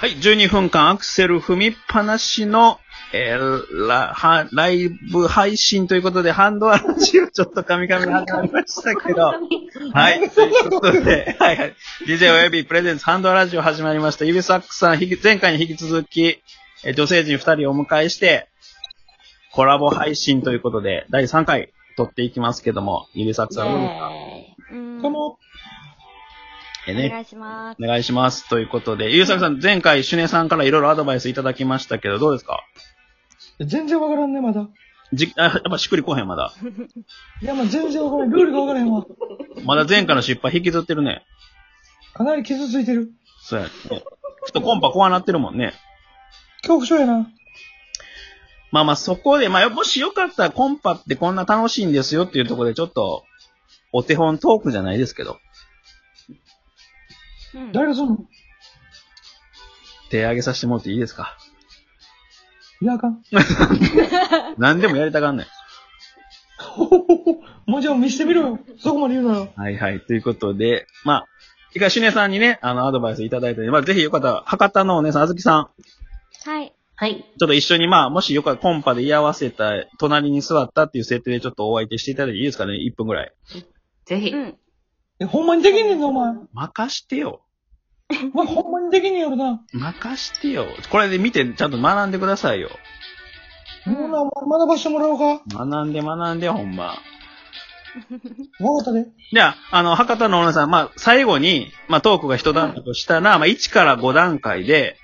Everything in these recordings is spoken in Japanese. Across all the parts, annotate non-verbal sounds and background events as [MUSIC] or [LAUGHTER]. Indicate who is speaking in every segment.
Speaker 1: はい、12分間アクセル踏みっぱなしの、えーラはライブ配信ということで、ハンドアラジオちょっと噛み噛みに始まりましたけど、
Speaker 2: [LAUGHS]
Speaker 1: はい、ということで、はいはい、DJ およびプレゼンツハンドアラジオ始まりました。指サックさん、引き前回に引き続き、えー女性陣2人をお迎えして、コラボ配信ということで、第3回撮っていきますけども、指サックさん、どうですか
Speaker 2: イェーイうん
Speaker 1: この、えー
Speaker 2: お
Speaker 1: ね、
Speaker 2: 願いします。
Speaker 1: お願いします。ということで、ゆうさくさん、前回、シュネさんからいろいろアドバイスいただきましたけど、どうですか
Speaker 3: 全然わからんね、まだ。
Speaker 1: じあやっぱしっくりこへん、まだ。
Speaker 3: いや、もう全然わからん。ルールがわからへんわ。
Speaker 1: まだ前回の失敗引きずってるね。
Speaker 3: かなり傷ついてる。
Speaker 1: そうやね。ちょっとコンパ怖なってるもんね。
Speaker 3: 恐怖症やな。
Speaker 1: まあまあ、そこで、まあ、もしよかったらコンパってこんな楽しいんですよっていうところで、ちょっと、お手本トークじゃないですけど、
Speaker 2: うん
Speaker 3: 誰がそんの
Speaker 1: 手上げさせてもらっていいですか
Speaker 3: いや、あかん。 [LAUGHS]
Speaker 1: 何でもやりたがんねん。
Speaker 3: ほほほほ。もうじゃあ見してみろよ。そこまで言うなら。
Speaker 1: はいはい。ということで、まあ、一回シュネさんにね、あの、アドバイスいただいたので、まあ、ぜひよかったら、博多のお姉さん、あずきさん、
Speaker 2: はい。
Speaker 4: はい。
Speaker 1: ちょっと一緒に、まあ、もしよかったらコンパで居合わせた、隣に座ったっていう設定でちょっとお相手していただいていいですかね ?1 分ぐらい。
Speaker 4: ぜひ
Speaker 2: う。ん。
Speaker 3: え、ほんまにできんねんぞ、お前。
Speaker 1: 任してよ。
Speaker 3: お前、ほんまにできんねんやろな。
Speaker 1: 任してよ。これで見て、ちゃんと学んでくださいよ。
Speaker 3: ほんな、お前学ばしてもらおうか。
Speaker 1: 学んで学んで、ほんま。
Speaker 3: わかったで。
Speaker 1: じゃあ、あの、博多の女さん、まあ、最後に、まあ、トークが一段落としたら、まあ、1から5段階で、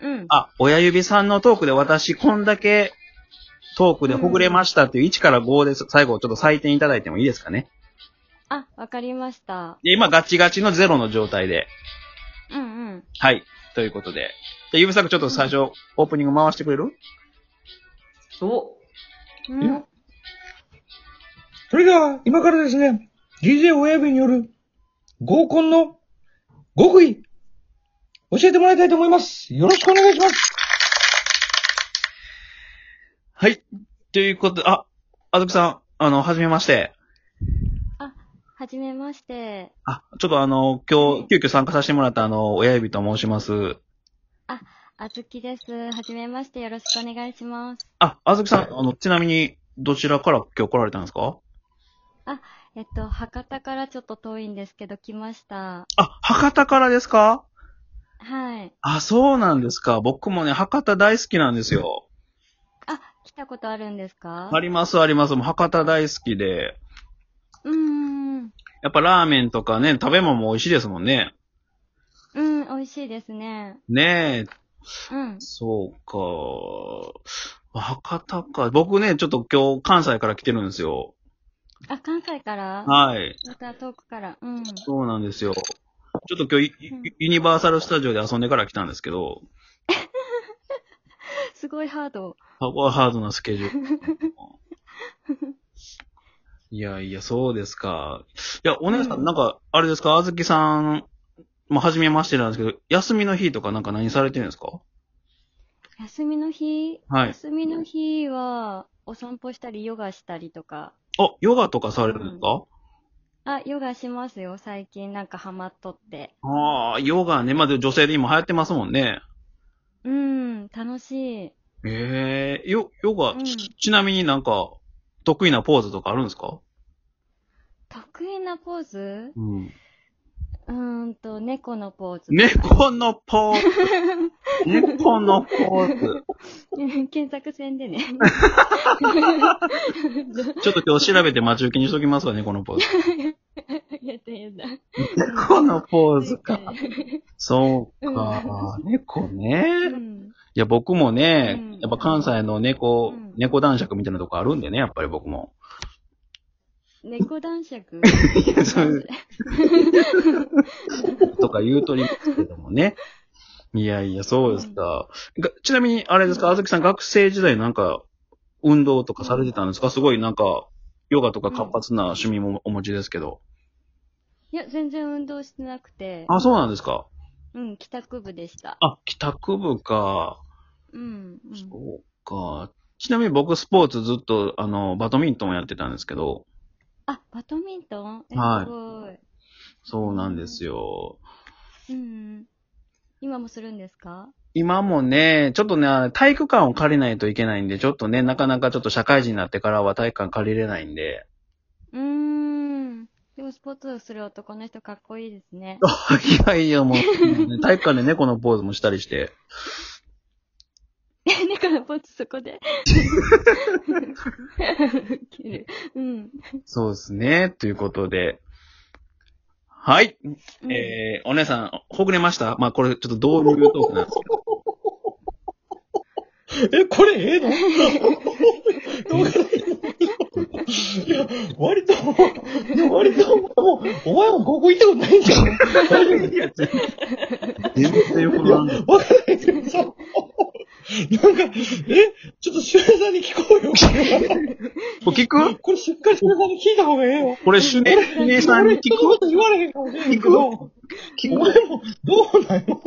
Speaker 2: うん。
Speaker 1: あ、親指さんのトークで私、こんだけ、トークでほぐれましたっていう1から5です。最後、ちょっと採点いただいてもいいですかね。
Speaker 2: あ、わかりました。
Speaker 1: で、今、ガチガチのゼロの状態で。
Speaker 2: うんうん。
Speaker 1: はい。ということで。じゃあ、ゆぶさくちょっと最初、オープニング回してくれる
Speaker 4: お
Speaker 2: うん
Speaker 3: いやそれでは、今からですね、DJ 親指による合コンの極意、教えてもらいたいと思います。よろしくお願いします。
Speaker 1: はい。ということで、あ、あずきさん、あの、はじめまして。
Speaker 2: はじめまして。
Speaker 1: あ、ちょっとあの、今日、急遽参加させてもらったあの、親指と申します。
Speaker 2: あずきです。はじめまして。よろしくお願いします。
Speaker 1: あ、あずきさん、あの、ちなみに、どちらから今日来られたんですか
Speaker 2: えっと、博多からちょっと遠いんですけど、来ました。
Speaker 1: あ、博多からですか
Speaker 2: はい。
Speaker 1: あ、そうなんですか。僕もね、博多大好きなんですよ。
Speaker 2: あ、来たことあるんですか
Speaker 1: あります、あります。もう博多大好きで。
Speaker 2: うーん。
Speaker 1: やっぱラーメンとかね、食べ物も美味しいですもんね。
Speaker 2: うん、美味しいですね。
Speaker 1: ねえ、
Speaker 2: うん。
Speaker 1: そうか。博多か。僕ね、ちょっと今日関西から来てるんですよ。
Speaker 2: あ、関西から
Speaker 1: はい。
Speaker 2: また遠くから。うん。
Speaker 1: そうなんですよ。ちょっと今日ユ
Speaker 2: うん
Speaker 1: ユユニバーサルスタジオで遊んでから来たんですけど、
Speaker 2: すごいハード。
Speaker 1: ハーハードなスケジュール。 [LAUGHS] いやいや、そうですか。いや、お姉さん、
Speaker 3: うん
Speaker 1: なんか、あれですか、あずきさん、まあ、初めましてなんですけど、休みの日とかなんか何されてるんですか
Speaker 2: 休みの日
Speaker 1: はい。
Speaker 2: 休みの日は、お散歩したり、ヨガしたりとか。
Speaker 1: あ、ヨガとかされるんですか、
Speaker 2: あ、ヨガしますよ。最近なんかハマっとって。
Speaker 1: ああ、ヨガね。まあ、でも女性で今流行ってますもんね。
Speaker 2: うん、楽しい。
Speaker 1: ええよ、ヨガ、
Speaker 2: うん
Speaker 1: ちちなみになんか、得意なポーズとかあるんですか
Speaker 2: 得意なポーズ
Speaker 1: うん。
Speaker 2: うーんと、猫のポーズ。
Speaker 1: 猫のポ [LAUGHS] ーズ。猫のポーズ。
Speaker 2: [LAUGHS] 検索戦でね。
Speaker 1: ちょっと今日調べて待ち受けにしときますわ、猫のポーズ。
Speaker 2: やったやった。
Speaker 1: 猫のポーズか。そう
Speaker 2: う
Speaker 1: か。猫ね
Speaker 2: う。ん。
Speaker 1: いや、僕もね
Speaker 2: うん、
Speaker 1: やっぱ関西の猫、
Speaker 2: うん
Speaker 1: 猫男爵みたいなとこあるんでね、やっぱり僕も。
Speaker 2: 猫
Speaker 1: [LAUGHS]
Speaker 2: 男爵
Speaker 1: いやそういうとか言うとりますけどもね。いやいや、そうですか。がちなみに、あれですか、あずきさん学生時代なんか、運動とかされてたんですかすごいなんか、ヨガとか活発な趣味もお持ちですけど。
Speaker 2: いや、全然運動してなくて。
Speaker 1: あ、そうなんですか。
Speaker 2: うん、帰宅部でした。
Speaker 1: あ、帰宅部か。
Speaker 2: うん。うん
Speaker 1: そうか。ちなみに僕、スポーツずっと、あの、バドミントンをやってたんですけど、
Speaker 2: あ、バドミントンえす
Speaker 1: はい
Speaker 2: ごい。
Speaker 1: そうなんですよ。
Speaker 2: うん。今もするんですか
Speaker 1: 今もね、ちょっとね、体育館を借りないといけないんで、ちょっとね、なかなかちょっと社会人になってからは体育館借りれないんで。
Speaker 2: うーん。でもスポーツをする男の人かっこいいですね。
Speaker 1: いやいや、もう、 [LAUGHS] 体育館で猫のポーズもしたりして。
Speaker 2: [LAUGHS] 猫のポーズそこ [LAUGHS] で。ウケる。うん。
Speaker 1: そうですね、ということで。はい。
Speaker 2: うん
Speaker 1: えー、お姉さん、ほぐれましたまあ、これ、ちょっとどういうトークなんです
Speaker 3: え、これええのどうかないや、割と、割と、もう、お前も高校行ったことないんじゃん。
Speaker 1: か全然ほなんで。
Speaker 3: わかんないけどさ。なんか、え、ちょっとシュレさんに聞こうよ。
Speaker 1: これ聞く
Speaker 3: これしっかりシュレさんに聞いた方がええよ。
Speaker 1: これ、シュネ、シュネさんに聞
Speaker 3: 俺一言
Speaker 1: く
Speaker 3: 言われへんかもしれんけ
Speaker 1: [LAUGHS]
Speaker 3: ど。
Speaker 1: 聞
Speaker 3: お前
Speaker 1: く
Speaker 3: も、どうな
Speaker 1: [LAUGHS]
Speaker 3: んよ。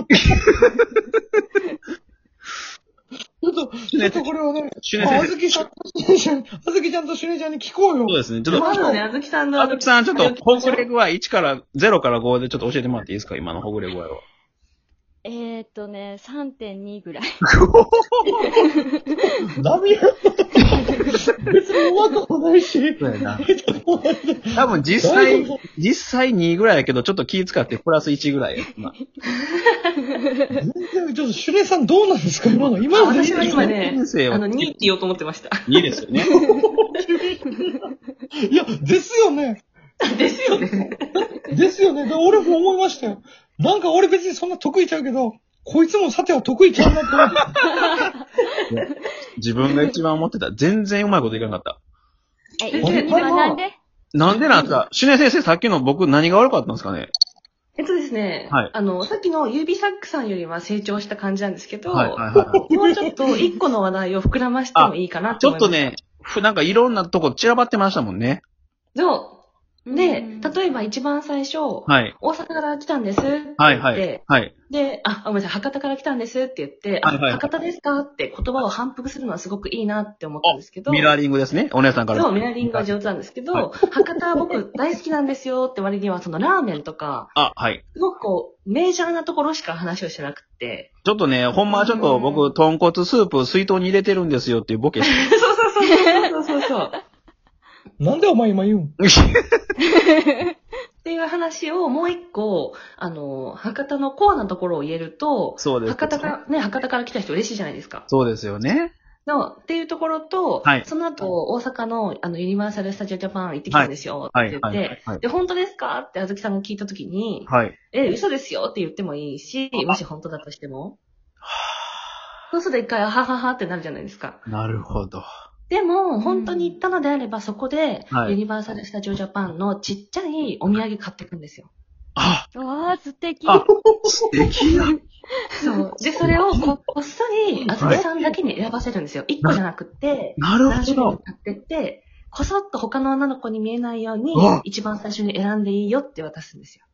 Speaker 3: ちょっと、ちょっとこれはね、 [LAUGHS]
Speaker 1: シュネ
Speaker 3: あ
Speaker 1: 先
Speaker 3: ず
Speaker 1: 生。
Speaker 3: きさんとシュネちゃん、あずきちゃんとシュネちゃんに聞こうよ
Speaker 1: そう。ですね。ちょっと、
Speaker 4: 今のね、あずきさんの。
Speaker 1: あずきさん、ちょっと、ほぐれ具合1から、0から5でちょっと教えてもらっていいですか今のほぐれ具合を。
Speaker 2: えーっとね、3.2ぐらい。
Speaker 3: [LAUGHS] ダメや別に終わったことない [LAUGHS] し。
Speaker 1: そうやな。
Speaker 3: もう
Speaker 1: 多分実
Speaker 3: 大
Speaker 1: 際
Speaker 3: 丈夫、
Speaker 1: 実際2ぐらいやけど、ちょっと気使ってプラス1ぐらいや。今
Speaker 3: ちょっと、シュレさんどうなんですか今の、今の
Speaker 4: 私は今ね、
Speaker 1: 先生は
Speaker 4: あの、2って言おうと思ってました。
Speaker 1: 2ですよね。
Speaker 3: いや、ですよね。
Speaker 4: [LAUGHS] ですよね。
Speaker 3: [LAUGHS] ですよね。で俺も思いましたよ。なんか俺別にそんな得意ちゃうけど、こいつもさては得意ちゃうなって思って。
Speaker 1: 自分が一番思ってた。全然うまいこといかなかった。
Speaker 2: [LAUGHS] え、
Speaker 4: え
Speaker 2: 一緒に学んで。
Speaker 1: なんでなんですかシュネ先生、さっきの僕何が悪かったんですかね
Speaker 4: えっとですね、
Speaker 1: はい
Speaker 4: あの、さっきの指サックさんよりは成長した感じなんですけど、
Speaker 1: はいはいは。
Speaker 4: もうちょっと一個の話題を膨らましてもいいかない
Speaker 1: ち
Speaker 4: と
Speaker 1: ょ
Speaker 4: 思
Speaker 1: っ
Speaker 4: います。
Speaker 1: と。ね、ふなんかいろんなとこ散らばってましたもんね。
Speaker 4: そう。で
Speaker 2: うん、
Speaker 4: 例えば一番最初、
Speaker 1: はい。
Speaker 4: 大阪から来たんですって言って、
Speaker 1: はいはい。はい。
Speaker 4: で、あ、ごめんなさい、博多から来たんですって言って、
Speaker 1: はいはい
Speaker 4: あ、博多ですかって言葉を反復するのはすごくいいなって思ったんですけど、
Speaker 1: ミラーリングですね。お姉さんから。
Speaker 4: そう、ミラーリングは上手なんですけど、
Speaker 1: は
Speaker 4: 博多僕大好きなんですよって割には、そのラーメンとか、
Speaker 1: あ、はい。
Speaker 4: すごくこう、メジャーなところしか話をしてなくて。
Speaker 1: ちょっとね、ほんまはちょっと僕、豚骨スープ水筒に入れてるんですよっていうボ
Speaker 4: [LAUGHS]
Speaker 1: ケ。
Speaker 4: そうそうそうそうそうそうそう。っ
Speaker 3: [LAUGHS] なんでお前今言うん
Speaker 4: ていう話をもう一個、あの、博多のコアなところを言えると、
Speaker 1: そうです。
Speaker 4: 博多から、ね、博多から来た人嬉しいじゃないですか。
Speaker 1: そうですよね。
Speaker 4: の、っていうところと、
Speaker 1: はい
Speaker 4: その後、大阪の、あの、ユニバーサル・スタジオ・ジャパン行ってきたんですよ、
Speaker 1: は
Speaker 4: って
Speaker 1: い
Speaker 4: 言って、
Speaker 1: はいはいはい。
Speaker 4: で、本当ですかってあずきさんが聞いたときに、
Speaker 1: はい。
Speaker 4: え、嘘ですよって言ってもいいし、
Speaker 1: あ
Speaker 4: もし本当だとしても。そうすると一回、あはははってなるじゃないですか。
Speaker 1: なるほど。
Speaker 4: でも、本当に行ったのであれば、そこで、
Speaker 1: はい
Speaker 4: ユニバーサル・スタジオ・ジャパンのちっちゃいお土産買っていくんですよ。
Speaker 1: [LAUGHS] あ、
Speaker 2: わー、素敵。
Speaker 1: あ素敵な。
Speaker 4: そう。 [LAUGHS] で、それをここっそり、あずきさんだけに選ばせるんですよ。一個じゃなくて、
Speaker 1: なる
Speaker 4: 何
Speaker 1: ほ
Speaker 4: 種類も
Speaker 1: ど。
Speaker 4: 買ってって、こそっと他の女の子に見えないように
Speaker 1: あ、
Speaker 4: 一番最初に選んでいいよって渡すんですよ。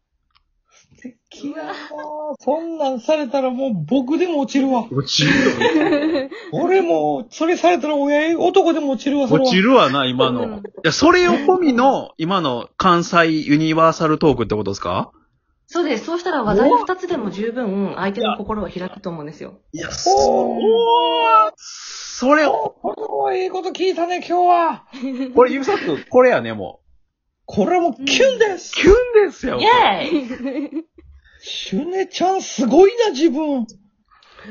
Speaker 3: いやー [LAUGHS] そんなんされたらもう僕でも落ちるわ。
Speaker 1: 落ちる。
Speaker 3: 俺も、それされたら親、男でも落ちるわ、それ
Speaker 1: 落
Speaker 3: は。
Speaker 1: ちるわな、今
Speaker 2: う
Speaker 1: の。い
Speaker 2: ん
Speaker 1: や、それを込みの、今の関西ユニバーサルトークってことですか
Speaker 4: そうです。そうしたら話題2つでも十分相手の心を開くと思うんですよ。
Speaker 1: いや、
Speaker 3: そう
Speaker 1: それを、
Speaker 3: これはええこと聞いたね、今日は。
Speaker 1: これ、ゆうさくん、これやね、も
Speaker 3: これはもうキュンです
Speaker 1: う。。キュンですよ。
Speaker 4: イェーイ
Speaker 3: シュネちゃんすごいな、自分。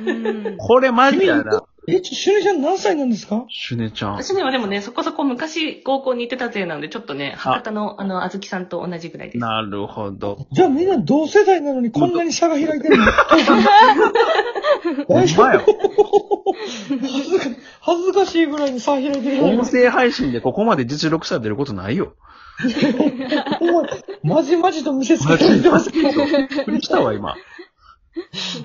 Speaker 2: うん。
Speaker 1: これマジやな。
Speaker 3: え、ちょシュネちゃん何歳なんですか
Speaker 1: シュネちゃん。
Speaker 4: 私ね、でもね、そこそこ昔高校に行ってた勢なので、ちょっとね、博多のあの、あずきさんと同じぐらいです。
Speaker 1: なるほど。
Speaker 3: じゃあみんな同世代なのにこんなに差が開いてるの
Speaker 1: ほんまよ。
Speaker 3: 恥ずか [LAUGHS] 恥ずかしいぐらいに差開いてる
Speaker 1: 音声配信でここまで実力者出ることないよ。
Speaker 3: お前、まじまじと見せつけてくれてますけど。
Speaker 1: びっくりしたわ、今。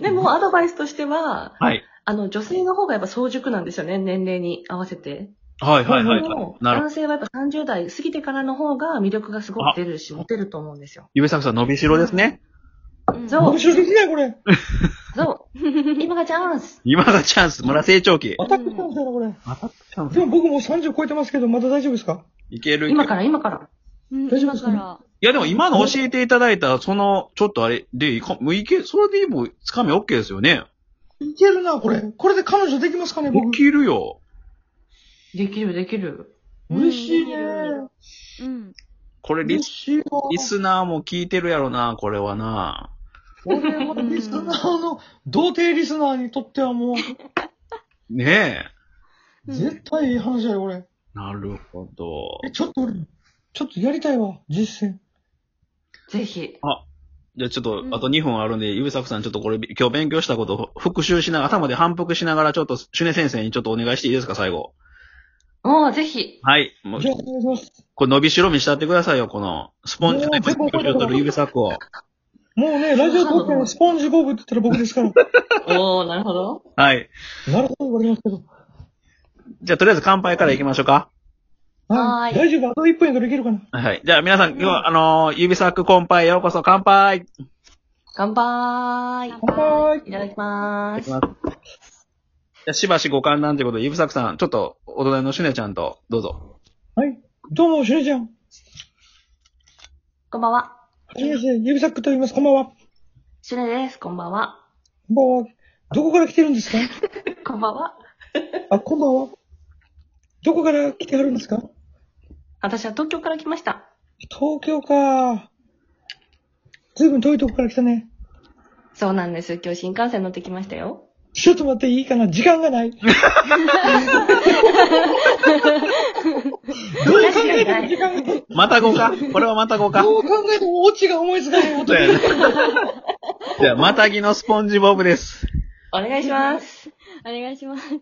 Speaker 4: でも、アドバイスとしては、
Speaker 1: はい。
Speaker 4: あの、女性の方がやっぱ早熟なんですよね、年齢に合わせて。
Speaker 1: はい、はい、はい
Speaker 4: でも。
Speaker 1: なるほど。
Speaker 4: 男性はやっぱ30代過ぎてからの方が魅力がすごく出るし、モテると思うんですよ。
Speaker 1: ゆうさくさん、伸びしろですね。
Speaker 4: そう
Speaker 3: 面白すぎない、これ。
Speaker 4: そう。今がチャンス。
Speaker 1: 今がチャンス、村成長期。
Speaker 3: アタックしたみたいな、これ。
Speaker 1: またチャン
Speaker 3: でも僕もう30超えてますけど、まだ大丈夫ですか
Speaker 1: いけるいける
Speaker 4: 今から、今から。
Speaker 2: うん、
Speaker 3: 大丈夫で
Speaker 2: 今
Speaker 3: すか
Speaker 2: から。
Speaker 1: いや、でも今の教えていただいた、その、ちょっとあれでいいか、もういけ、それでもつかみ OK ですよね。
Speaker 3: いけるな、これ。これで彼女できますかね、
Speaker 1: で
Speaker 3: 僕。
Speaker 1: きるよ。
Speaker 4: できる、できる。
Speaker 3: 嬉しいね。
Speaker 2: うん。
Speaker 1: これリ
Speaker 3: 嬉
Speaker 1: ス、
Speaker 3: しいわ。
Speaker 1: リスナーも聞いてるやろな、これはな。
Speaker 3: これはリスナーの、童貞リスナーにとってはもう、
Speaker 1: ねえ。
Speaker 2: うん
Speaker 3: 絶対いい話だよ、これ。
Speaker 1: なるほど。
Speaker 3: え、ちょっと俺、ちょっとやりたいわ、実践。
Speaker 4: ぜひ。
Speaker 1: じゃあちょっ
Speaker 2: う
Speaker 1: と、
Speaker 2: ん
Speaker 1: あと2分あるんで、ゆうさくさんちょっとこれ、今日勉強したことを復習しながら、頭で反復しながら、ちょっと、シュネ先生にちょっとお願いしていいですか、最後。
Speaker 4: もうぜ
Speaker 1: [LAUGHS]
Speaker 4: ひ。
Speaker 1: はい。もう
Speaker 3: じゃあ、お願いします。
Speaker 1: これ伸びしろ見したってくださいよ、この、スポンジ
Speaker 3: もう
Speaker 1: タイプに取 [LAUGHS] る指先を。
Speaker 3: もうね、ラジオトークのスポンジボブって言ったら僕で
Speaker 1: [LAUGHS]
Speaker 3: すから。
Speaker 4: おー、なるほど。
Speaker 1: はい。
Speaker 3: なるほど、わかりますけど。
Speaker 1: じゃあ、とりあえず乾杯から行きましょうか。
Speaker 4: はーい
Speaker 3: 大丈夫、あと1分やからいけるかな。
Speaker 1: はい。じゃあ、皆さん、今日は、あのー、指先コンパへようこそ乾杯
Speaker 4: 乾杯。
Speaker 3: 乾杯
Speaker 4: いただきま
Speaker 1: いただ
Speaker 4: ー
Speaker 1: き
Speaker 4: す。
Speaker 1: ます。じゃあしばしご観覧ということで、指作さん、ちょっと、お隣のシュネちゃんと、どうぞ。
Speaker 3: はい。どうも、しゅねちゃん。
Speaker 4: こんばんは。
Speaker 3: はじめまして、指サックと言います。こんばんは。こ
Speaker 4: シュネです。こんばんは。
Speaker 3: んばんは。どこから来てるんですか
Speaker 4: こんばんは。
Speaker 3: あ、こんばんは。どこから来てはるんですか
Speaker 4: 私は東京から来ました。
Speaker 3: 東京か。ずいぶん遠いとこから来たね。
Speaker 4: そうなんです。今日新幹線乗ってきましたよ。
Speaker 3: ちょっと待っていいかな時間が [LAUGHS] ない。どう考えても時間がない。
Speaker 1: またごかこれはまたごか
Speaker 3: どう考えてもオチが思いつかないこと
Speaker 1: そう
Speaker 3: や。
Speaker 1: やね。じゃあ、またぎのスポンジボブです。
Speaker 4: お願いします。
Speaker 2: お願いします。